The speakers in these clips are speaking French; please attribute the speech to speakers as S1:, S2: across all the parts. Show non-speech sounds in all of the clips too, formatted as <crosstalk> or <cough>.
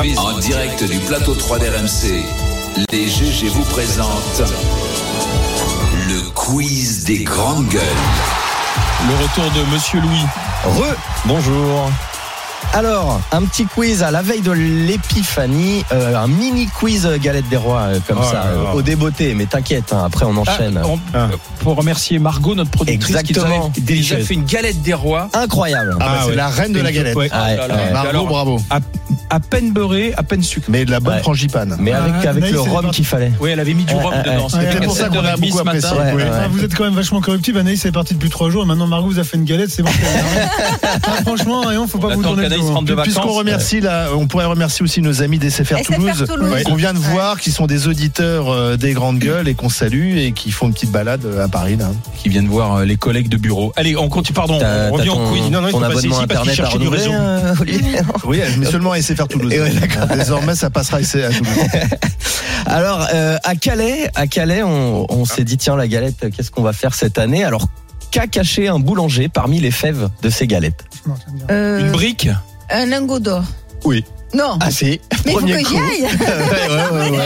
S1: quiz en direct du plateau 3 d'RMC. Les GG vous présentent le quiz des grandes gueules.
S2: Le retour de Monsieur Louis.
S3: Re.
S2: Bonjour.
S3: Alors, un petit quiz à la veille de l'épiphanie, euh, un mini quiz galette des rois euh, comme
S2: Oh
S3: ça,
S2: là
S3: euh,
S2: là.
S3: au débeauté. Mais t'inquiète, hein, après on enchaîne.
S2: Ah, on- Pour remercier Margot, notre productrice,
S3: Exactement.
S2: qui nous avait déjà fait une galette des rois.
S3: Incroyable.
S4: Ah, bah,
S2: Ah
S4: c'est
S2: ouais.
S4: la reine de la galette.
S2: Ouais. Oh
S3: Ah, ouais,
S2: là là.
S3: ouais.
S4: Margot,
S2: Alors-
S4: bravo.
S2: À, à peine beurrée, à peine sucrée.
S4: Mais de la bonne
S3: Ouais.
S4: frangipane.
S3: Mais
S5: Ah,
S3: avec, avec
S5: Naïs,
S3: le
S5: c'est
S3: rhum
S5: parti.
S3: qu'il fallait.
S2: Oui, elle avait mis du
S3: Ouais,
S2: rhum
S3: ouais,
S2: dedans.
S3: ouais.
S2: C'était
S4: C'est
S2: à
S4: pour ça qu'on a
S2: 7h30
S4: beaucoup
S2: ce matin.
S4: apprécié.
S3: Ouais,
S5: Ah, vous êtes quand même vachement corruptible. Anaïs est partie depuis trois jours. et Maintenant, Margot vous a fait une galette. C'est bon. c'est énervé. Ah, franchement, Rayon, faut pas
S2: On
S5: vous
S2: attend
S5: tourner
S2: qu'Anaïs
S5: le dos. hein.
S2: rentre de vacances.
S4: Puisqu'on
S3: euh.
S4: remercie là, on pourrait remercier aussi nos amis des SFR
S6: SFR
S4: Toulouse, euh,
S6: Toulouse.
S4: qu'on vient de
S6: Ouais.
S4: voir, qui sont des auditeurs euh, des grandes gueules et qu'on salue et qui font une petite balade euh, à Paris
S3: <laughs>
S4: là.
S2: Qui viennent voir euh, les collègues de bureau. Allez, on continue. Pardon,
S3: T'as
S2: on
S3: t'as
S2: revient
S3: ton,
S2: au quiz.
S4: Non, non, il
S3: ton
S4: faut passer
S3: abonnement
S4: ici parce
S3: internet
S4: qu'il
S3: à
S4: cherchait du
S3: renouveler,
S4: réseau.
S3: euh, Olivier <laughs>
S4: Oui, mais seulement à SFR Toulouse.
S3: Et ouais,
S4: Désormais, ça passera
S3: <laughs>
S4: à Toulouse.
S3: Alors euh, à Calais, à Calais, on, on s'est dit tiens la galette, qu'est-ce qu'on va faire cette année Alors qu'a caché un boulanger parmi les fèves de ses galettes
S5: Non, tiens, tiens.
S6: Euh,
S2: Une brique
S6: un lingot d'or.
S4: Oui.
S6: Non,
S3: Ah si,
S6: mais il faut que j'y aille.
S3: Ouais, ouais, ouais, ouais.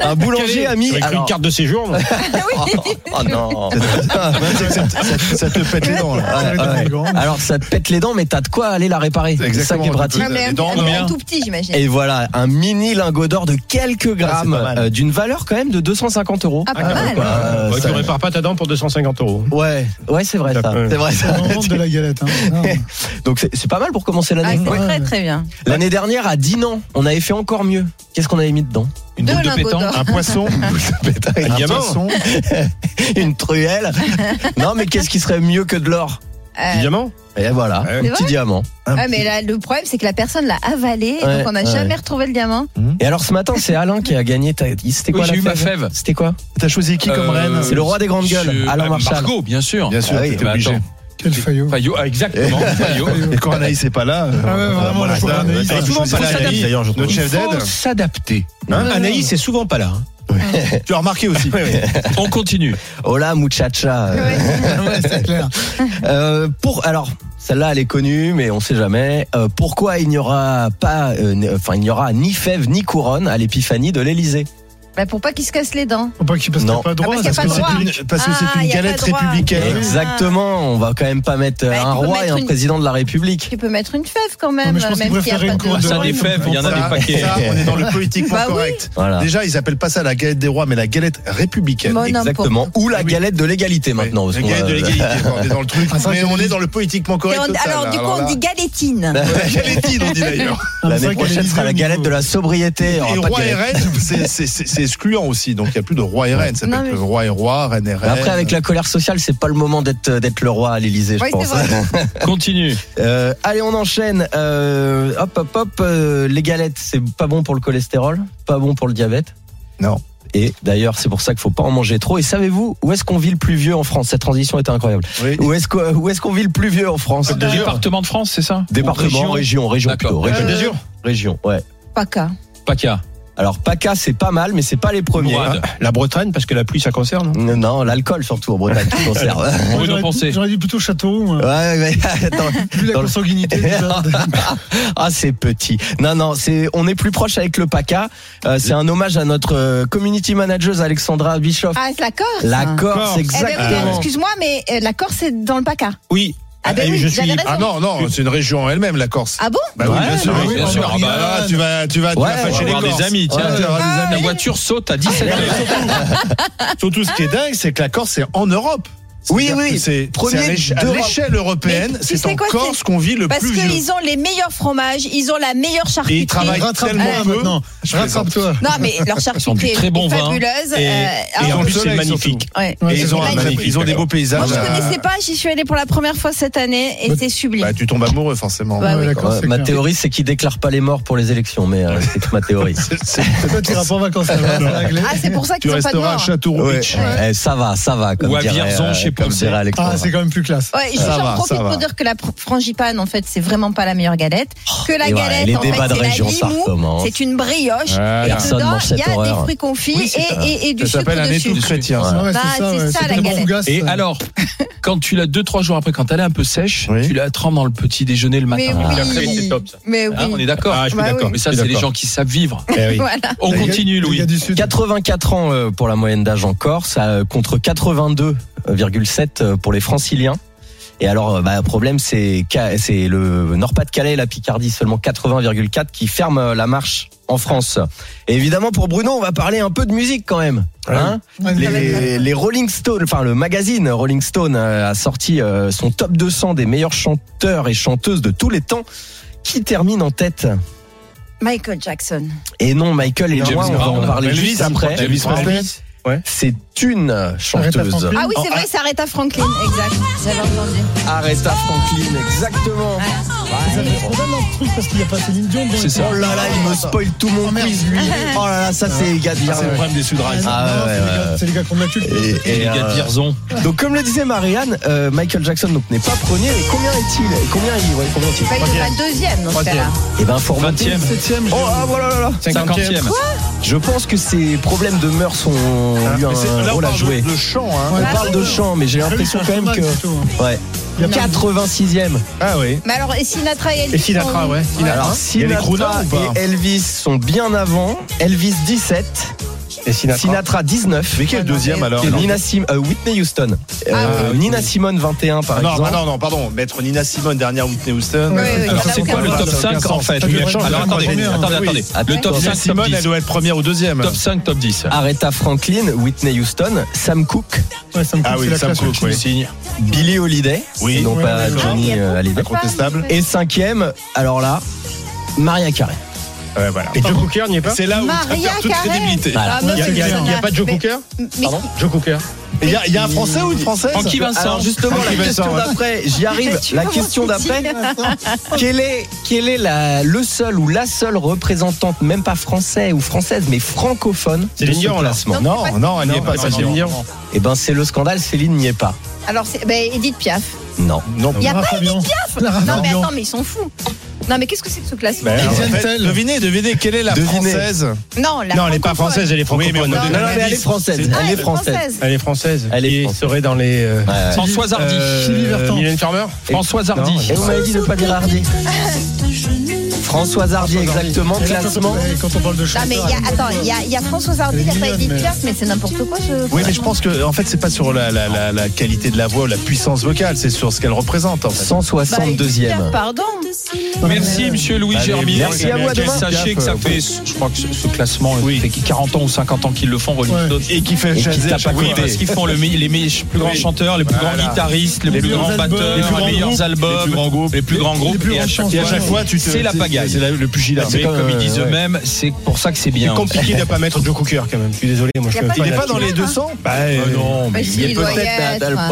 S3: Un boulanger a mis.
S2: Avec
S3: alors-
S2: une carte de séjour. non
S6: Ah
S3: Oh, <laughs> oh, non.
S4: Ah, bah, ça, ça te pète les dents là.
S3: Ouais,
S5: Elle est
S3: ouais. <laughs>
S5: grande.
S3: Alors ça te pète les dents, mais t'as de quoi aller la réparer. C'est ça qui est
S4: Exactement,
S3: pratique.
S4: tu
S6: Ah, mais
S4: les
S6: un,
S4: dents,
S6: un-
S2: combien
S6: un tout petit, j'imagine.
S3: Et voilà, un mini lingot d'or de
S2: Ah,
S3: quelques grammes,
S4: pas mal.
S3: euh, d'une valeur quand même de 250 euros.
S6: Ah, pas mal.
S3: Euh, ça-
S2: répares pas ta dent pour 250 euros.
S3: Ouais, ouais, c'est vrai ça.
S2: Ouais.
S3: C'est vrai ça.
S5: On rentre de la galette. hein. Non.
S3: Donc c'est c'est pas mal pour commencer
S6: Ah,
S3: l'année.
S6: c'est
S3: Ouais.
S6: très très bien.
S3: L'année dernière à Dinan, on avait fait encore mieux. Qu'est-ce qu'on avait mis
S2: <laughs>
S3: dedans
S2: Une
S6: Deux
S2: boule de
S6: lingots
S2: pétanque.
S6: d'or.
S4: Un poisson, un
S2: gamin.
S4: poisson,
S3: Une truelle.
S6: <laughs>
S3: non, mais qu'est-ce qui serait mieux que de l'or
S6: Euh,
S2: Diamant
S3: Et voilà,
S2: Ouais.
S3: un
S6: C'est
S3: petit
S6: vrai
S3: diamant.
S6: ah, mais là, le problème, c'est que la personne l'a avalé,
S3: Ouais,
S6: donc on n'a
S3: ouais.
S6: jamais retrouvé le diamant.
S3: Et alors ce matin, c'est Alain qui a gagné. ta- C'était quoi
S2: Oui,
S3: la
S2: j'ai eu ma
S3: fève
S2: fève.
S3: C'était quoi
S4: t'as choisi qui comme
S2: Euh,
S4: reine
S3: C'est le roi des grandes gueules,
S2: Monsieur-
S3: Alain
S2: Ah,
S3: Marchal.
S2: Margot, bien sûr.
S4: Bien sûr,
S3: Ah oui,
S4: t'étais
S2: bah,
S4: obligé.
S2: attends. <laughs>
S5: Quel faillot.
S2: Fayot, ah,
S3: <laughs>
S2: exactement. Fayot.
S4: Et quand Anaïs est pas là, euh,
S5: Ah ouais,
S4: enfin,
S5: vraiment,
S4: voilà,
S5: la pauvre
S4: ça,
S5: Anaïs.
S4: ça,
S5: Elle est
S4: je
S2: souvent
S4: choisis
S2: pas là,
S4: Anaïs,
S2: Anaïs.
S4: d'ailleurs, je
S2: Il
S4: trouve.
S2: faut
S4: Notre chef d'aide.
S2: s'adapter.
S4: Hein
S2: Anaïs est souvent pas là. hein.
S4: Tu as remarqué aussi.
S2: <laughs> On continue.
S3: Hola muchacha.
S6: Ouais.
S5: Ouais, c'est clair.
S3: Euh, pour alors celle-là elle est connue mais on sait jamais Euh, pourquoi il n'y aura pas euh, n- enfin il n'y aura ni fève ni couronne à l'épiphanie de l'Élysée.
S6: Bah, pour pas qu'il se casse les dents.
S5: Faut pas qu'il passe
S3: Non.
S5: pas
S6: Ah,
S5: droit.
S6: parce qu'il y a
S5: parce
S6: pas
S5: que
S6: de
S5: c'est
S6: droit.
S5: une-
S4: Parce que c'est
S6: Ah,
S4: une
S6: y a
S4: galette
S6: pas droit. Ah,
S4: républicaine.
S3: Exactement, on va quand même pas mettre euh,
S6: Bah, tu
S3: un roi
S6: peux
S3: et
S6: mettre
S3: un
S6: une-
S3: président de la République.
S6: Tu peux mettre une fève quand
S5: Non,
S6: même,
S5: mais je pense qu'il
S6: Ah, même s'il y a
S5: préférait
S6: pas
S5: une
S6: de
S5: couronne
S2: Ah,
S5: de
S2: ça,
S5: reine.
S2: des fèves, il y en a
S4: Ça,
S2: des paquets.
S4: ça, on est dans le politiquement
S6: Bah oui.
S4: correct.
S3: Voilà.
S4: Déjà, ils appellent pas ça la galette des rois, mais la galette républicaine.
S6: Bon, n'importe
S3: Exactement.
S6: quoi.
S3: Ou la galette de l'égalité
S4: Ouais,
S3: maintenant. parce
S4: la
S3: qu'on
S4: galette
S3: va- euh,
S4: de l'égalité, on est dans le truc.
S5: Ah, ça,
S4: mais
S5: tu
S4: on
S5: dis-
S4: est dans le politiquement
S6: Et
S4: correct.
S6: on-
S4: total,
S6: alors,
S4: là. Ben,
S6: du coup,
S4: Alors
S6: on
S4: là,
S6: dit
S4: <laughs>
S6: galettine.
S4: la galettine, on dit
S6: <laughs>
S4: d'ailleurs.
S5: Ah, mais c'est
S3: L'année
S5: vrai qu'à
S3: prochaine
S5: l'Élysée,
S3: sera la
S5: au
S3: galette
S5: niveau-
S3: de la sobriété.
S4: Et
S3: On aura pas de
S4: roi et
S3: galette.
S4: reine, c'est- c'est c'est- c'est excluant aussi. Donc, il n'y a plus de roi et reine. Ça peut
S6: Non,
S4: être
S6: mais-
S4: le roi et roi, reine et
S3: Mais
S4: reine.
S3: Après, avec la colère sociale, c'est pas le moment d'être d'être le roi à l'Élysée, je
S6: Oui, c'est
S3: pense.
S6: vrai.
S2: Continue.
S3: Euh, allez, on enchaîne. Euh, hop, hop, hop. euh, les galettes, c'est pas bon pour le cholestérol, pas bon pour le diabète.
S4: Non.
S3: Et d'ailleurs, c'est pour ça qu'il faut pas en manger trop. Et savez-vous où est-ce qu'on vit le plus vieux en France Cette transition était incroyable.
S4: Oui.
S3: Où est-ce qu'on où est-ce qu'on vit le plus vieux en France
S2: Le département de France, c'est ça
S3: Département,
S2: Ou région
S3: région, région, plutôt,
S2: D'accord.
S3: région,
S2: Euh,
S4: sûr.
S3: région, ouais.
S6: Paca.
S2: PACA.
S3: Alors PACA, c'est pas mal, mais c'est pas les premiers. hein.
S2: Mourad. La Bretagne, parce que la pluie, ça concerne.
S3: Non, non, l'alcool surtout en Bretagne qui conserve.
S5: Moi,
S2: Bruno
S5: j'aurais-
S2: Poncet.
S5: J'aurais dit plutôt Châteauroux. moi.
S3: Ouais, mais attends.
S5: Vu la
S3: Euh, Dans le- <laughs>
S5: consanguinité. déjà.
S3: ah, c'est petit. Non, non, c'est on est plus proche avec le PACA. Euh, c'est un hommage à notre euh, community manager Alexandra Bischoff.
S6: Ah, c'est la Corse.
S3: La
S5: Corse.
S3: Corse,
S6: Eh ben, regarde,
S3: exactement.
S6: Excuse-moi, mais euh, la Corse est dans le paca.
S2: Oui.
S6: Ah,
S3: Eh,
S6: ben oui,
S2: je
S6: j'avais
S2: suis.
S6: raison.
S4: Ah non, non, c'est une région en elle-même, la Corse.
S6: Ah bon
S4: Bah oui,
S3: Ouais,
S4: bien sûr.
S2: oui, bien
S4: Ah,
S2: sûr.
S4: bah,
S2: Ah,
S4: là, tu vas, tu vas, tu
S3: Ouais,
S4: vas
S3: ouais,
S4: fâcher
S2: J'ai
S4: les Corses.
S2: des amis,
S4: Ouais,
S2: tiens.
S4: tu vas avoir des
S6: Ah,
S2: La
S6: oui.
S2: voiture saute à 17 km/h.
S4: Surtout, ce qui est dingue, c'est que la Corse est en Europe.
S3: Oui,
S4: C'est-à-dire
S3: oui,
S4: que C'est
S3: premier
S4: c'est à l'éche- à
S3: d'Europe.
S4: l'échelle européenne,
S6: Mais tu
S4: c'est
S6: sais
S4: en
S6: quoi,
S4: Corse
S6: c'est-
S4: qu'on vit le
S6: Parce
S4: plus vieux.
S6: qu'ils ont les meilleurs fromages, ils ont la meilleure charcuterie.
S4: Et ils travaillent tellement
S5: Rattrape-toi
S4: peu.
S5: maintenant.
S4: Je
S5: Rattrape-toi.
S6: Non, mais leur
S2: font du
S6: charcuterie
S2: très
S6: est
S2: bon vin.
S6: fabuleuse.
S2: Et- et
S6: euh, alors,
S2: en
S4: Dans le
S2: plus, c'est
S4: soleil,
S2: magnifique.
S6: ouais.
S4: surtout.
S5: Ouais,
S4: Et
S5: c'est
S4: ils ont,
S6: vrai.
S4: un très- ils ont des beaux paysages.
S6: Moi, je
S4: là.
S6: connaissais pas, j'y suis allée pour la première fois cette année et c'est sublime.
S4: Bah, tu tombes amoureux, forcément.
S6: Bah, oui.
S5: d'accord,
S3: Ouais,
S5: c'est
S3: ma
S5: clair.
S3: théorie, c'est qu'ils déclarent pas les morts pour les élections, mais euh, c'est ma
S5: <laughs>
S3: théorie.
S4: C'est- c'est-
S5: Toi, t'iras pas en vacances. là-bas, c'est réglé.
S6: ah, c'est pour ça
S4: Tu
S6: qu'ils sont pas de
S4: resteras à
S6: mort.
S4: Châteauroux.
S3: Eh, ça va, ça va. Comme
S2: Ou à
S3: dirait,
S2: Vierzon,
S3: euh,
S2: je sais
S3: comme dirait Alexandre.
S5: Ah, c'est quand même plus classe.
S6: Ouais,
S4: Ça
S6: j'en
S4: va,
S6: profite
S4: ça
S6: pour
S4: va.
S6: dire que la pr- frangipane, en fait, c'est vraiment pas la meilleure galette.
S4: Oh,
S6: Que la
S3: Et voilà,
S6: galette,
S3: les
S6: en fait,
S3: débats de
S6: c'est
S3: région,
S6: la
S3: ça
S6: limou,
S3: recommence.
S6: c'est une brioche.
S2: Voilà.
S6: Et
S3: Personne
S6: dedans,
S3: mange
S6: il y
S3: cette
S6: a
S3: horreur.
S6: des fruits confits
S3: Oui, c'est
S6: et, et- et du
S4: Ça
S6: sucre
S4: s'appelle un étau
S6: dessus.
S4: chrétien. ça.
S3: Ouais.
S5: Ouais,
S6: Bah, c'est ça, la
S5: tellement
S6: galette.
S5: fougasse.
S2: Et alors, quand tu l'as deux trois jours après, quand elle est un peu sèche,
S4: Oui.
S2: tu la trempes dans le petit déjeuner le matin.
S6: Mais
S2: Parce qu'après,
S6: oui,
S2: c'est top. ça.
S6: mais oui.
S2: Hein, on est d'accord.
S6: je suis Bah d'accord, oui.
S2: Mais ça,
S4: je suis
S2: c'est les
S4: d'accord.
S2: gens qui savent vivre.
S4: Eh oui.
S6: Voilà.
S2: On
S4: Les gars-
S2: continue,
S5: Les
S2: Louis.
S5: gars du Sud.
S3: 84 ans euh, pour la moyenne d'âge en Corse, euh, contre 82,7 euh, pour les Franciliens. Et alors, euh, bah, le problème, c'est qu'à- c'est le Nord-Pas-de-Calais, et la Picardie, seulement 80,4 qui ferme euh, la marche en France. Et évidemment, pour Bruno, on va parler un peu de musique quand même. hein.
S5: Ouais, mais-
S3: les, les Rolling Stone, enfin le magazine Rolling Stone euh, a sorti euh, son top 200 des meilleurs chanteurs et chanteuses de tous les temps. Qui termine en tête
S6: Michael Jackson.
S3: Et non, Michael et
S2: James
S3: moi, on va en
S2: Brown.
S3: parler
S4: Elvis,
S3: juste après.
S4: Elvis Presley.
S3: C'est une
S5: Aretha
S3: chanteuse.
S5: Franklin.
S6: Ah oui, c'est vrai, c'est Aretha Franklin, exact. J'avais entendu.
S3: Aretha Franklin, exactement.
S5: Ça fait trop mal dans le truc parce qu'il n'y a pas Céline Dion. dedans.
S2: C'est ça.
S3: Oh là là, il me spoil tout mon
S5: Oh, merde.
S3: quiz, lui. Oh là là, ça c'est les gars de
S4: Ça, C'est le
S3: Virzon.
S4: problème des Sudrails.
S3: Ah,
S5: Non,
S3: ouais,
S5: c'est
S3: ouais,
S5: les gars-
S3: ouais.
S5: C'est les gars qu'on a culte.
S3: Et- et,
S2: les gars de
S3: euh,
S2: Vierzon.
S3: donc comme le disait Marianne, euh, Michael Jackson donc n'est pas premier. Et combien est-il Combien il ouais, combien est-il
S6: Bah, il est pas deuxième dans ce cas-là.
S3: Eh ben faut remonter.
S2: 20e,
S3: Oh ah voilà là là.
S2: 50e.
S3: Je pense que ces problèmes de mœurs sont eu
S4: Ah, Mais c'est-
S3: un
S4: Là, on
S3: rôle à
S4: parle
S3: jouer.
S4: de- de chant. hein.
S3: On
S6: Ah,
S3: parle de
S6: oui.
S3: chant, mais j'ai
S5: Ah oui,
S3: l'impression
S5: c'est un
S3: quand même
S5: chômage,
S3: que
S5: plutôt, hein.
S3: ouais.
S5: Il y a pas-
S3: 86e.
S4: Ah oui.
S6: Mais alors, et Sinatra et Elvis
S4: Et Sinatra,
S6: sont-
S4: ouais.
S3: <laughs>
S4: Sinatra.
S3: Alors
S4: Hein Il y a les
S3: Sinatra
S4: crooners ou pas
S3: et Elvis sont bien avant. Elvis 17,
S4: Et
S3: Sinatra 19.
S4: Mais qui est le deuxième alors
S3: Et Nina Sim- euh, Whitney Houston. Euh,
S6: Ah
S3: Nina Simone 21 par
S4: Non,
S3: exemple.
S4: bah non, non, pardon. Maître Nina Simone, dernière Whitney Houston.
S6: Oui, oui,
S2: Alors,
S6: ça
S2: c'est
S6: n'a
S2: quoi
S6: aucun
S2: le
S6: sens.
S2: top
S4: Ça n'a aucun
S2: 5 en
S4: sens.
S2: fait
S4: Ça
S2: Oui,
S4: change
S2: Alors,
S4: la
S2: attendez,
S4: première.
S2: attendez,
S4: Oui.
S2: attendez.
S3: Attends,
S2: Le top
S4: Nina
S2: 5, top
S4: Simone, elle
S2: 10.
S4: doit être première ou deuxième.
S2: Top 5, top 10.
S3: Aretha Franklin, Whitney Houston, Sam Cooke,
S5: Ouais, ça me coupe,
S4: Ah
S5: c'est
S4: oui,
S5: la
S4: Sam
S5: classe.
S4: Cooke, oui.
S3: Billie Holiday,
S4: Oui.
S3: et non
S5: Oui,
S3: pas
S5: oui, oui.
S3: Johnny euh, Hallyday.
S4: Incontestable.
S3: Et cinquième, alors là, Maria Carey.
S4: Ouais, voilà.
S7: Et Joe Cooker n'y est pas
S4: C'est là où tu
S6: Maria
S4: perds toute
S6: Carey.
S4: crédibilité.
S3: Voilà.
S6: Ah, mais
S7: Il
S6: c'est
S7: n'y a,
S6: bizarre.
S7: y a pas Joe
S6: Mais-
S7: Cooker
S6: mais-
S7: Pardon Joe Cooker.
S4: Il y, a- il y a un Français ou une Française
S2: Francky Vincent.
S3: Alors justement,
S4: Francky
S3: la question
S4: Vincent, ouais.
S3: d'après, j'y arrive.
S6: Tu
S3: La
S6: vois,
S3: question
S6: moi, je me dis-
S3: d'après, quelle est, quelle est la, le seul ou la seule représentante, même pas français ou française, mais francophone
S4: C'est
S3: de
S4: Céline
S3: ce
S4: Dion, là.
S3: classement
S4: Non, non, elle n'y est pas.
S7: c'est
S4: Céline
S7: Céline
S4: Dion.
S7: Dion.
S3: Eh ben, c'est le scandale. Céline n'y est pas.
S6: Alors, c'est- bah, Edith Piaf.
S3: Non.
S4: Non.
S6: Il y a
S5: Lara
S6: pas Edith
S5: Fabian.
S6: Piaf
S5: Lara
S6: Non, mais
S5: Fabian.
S6: attends, mais ils sont fous. Non, mais qu'est-ce que c'est que ce classement
S4: Ben, alors, en
S5: Diane
S4: fait,
S5: Tell.
S4: Devinez, devinez, quelle est la
S3: Devinez.
S4: française
S6: Non, la
S7: Non, elle n'est pas
S6: francophone.
S7: française, elle est
S4: Oui, mais on
S7: francophone.
S4: a
S3: Non, non, mais elle est française.
S6: Ah,
S3: Elle est française.
S7: Elle est française.
S3: Elle est
S7: Qui
S3: française.
S7: serait dans les. euh,
S3: Ouais, ouais.
S2: Françoise Hardy.
S7: euh,
S5: Sylvie Vartan.
S7: Mylène Farmer
S2: Françoise Hardy.
S3: Et vous m'avez dit de pas dire Hardy. Françoise Hardy, exactement,
S5: Et là, quand on-
S4: Bah,
S3: classement.
S5: et Quand on parle de
S6: Non, mais
S5: chanteur,
S6: il y a- attends, il y a, il y a François Hardy, il n'y a
S5: Elle est
S6: pas Edith
S5: mignonne, mais-
S6: Piaf, mais c'est n'importe quoi ce.
S4: Oui, mais je pense que en fait, c'est pas sur la, la, la, la qualité de la voix ou la puissance vocale, c'est sur ce qu'elle représente. En fait.
S6: Bah, Edith Piaf,
S3: 162e.
S6: Pardon.
S2: Merci, monsieur Louis
S4: Allez,
S2: Germier.
S4: merci
S3: à vous, à demain.
S2: Sachez que ça fait, je crois que ce ce classement,
S4: Oui.
S2: ça fait 40 ans ou 50 ans qu'ils le font, Rolling
S5: Ouais.
S2: Stones.
S4: Et qui fait
S3: qui
S4: Shazam
S3: tape
S4: à chaque
S3: à
S2: Oui,
S4: fois.
S3: côté.
S2: parce qu'ils font le, mi- les, mi- plus grands
S4: Oui.
S2: chanteurs, les plus
S4: Voilà.
S2: grands guitaristes, les, plus
S5: plus
S2: grands
S5: grands
S2: batteurs,
S5: albums,
S2: les,
S5: les plus grands
S2: meilleurs
S5: groupes,
S2: albums,
S4: les plus grands groupes.
S2: les plus grands groupes,
S5: plus
S2: et à
S5: grandes
S2: chaque
S5: chansons.
S4: Et à
S2: fois,
S4: chaque fois, tu te-
S2: c'est la
S4: c'est-
S2: pagaille.
S4: C'est la- le plus
S2: Mais
S4: gilet.
S3: C'est
S2: comme
S3: comme,
S2: ils
S3: euh,
S2: disent
S3: ouais.
S2: eux-mêmes, c'est pour ça que c'est
S7: C'est
S2: bien.
S7: compliqué de ne pas mettre Joe Cooker quand même. Je suis désolé, moi je
S6: Il y a
S7: suis
S6: pas
S7: un
S6: de- hein.
S4: Il
S7: fan.
S4: est pas dans les 200
S2: Bah, euh, non,
S6: Mais si, il doit y
S3: Peut-être, t'as- t'as le
S6: être.
S3: problème,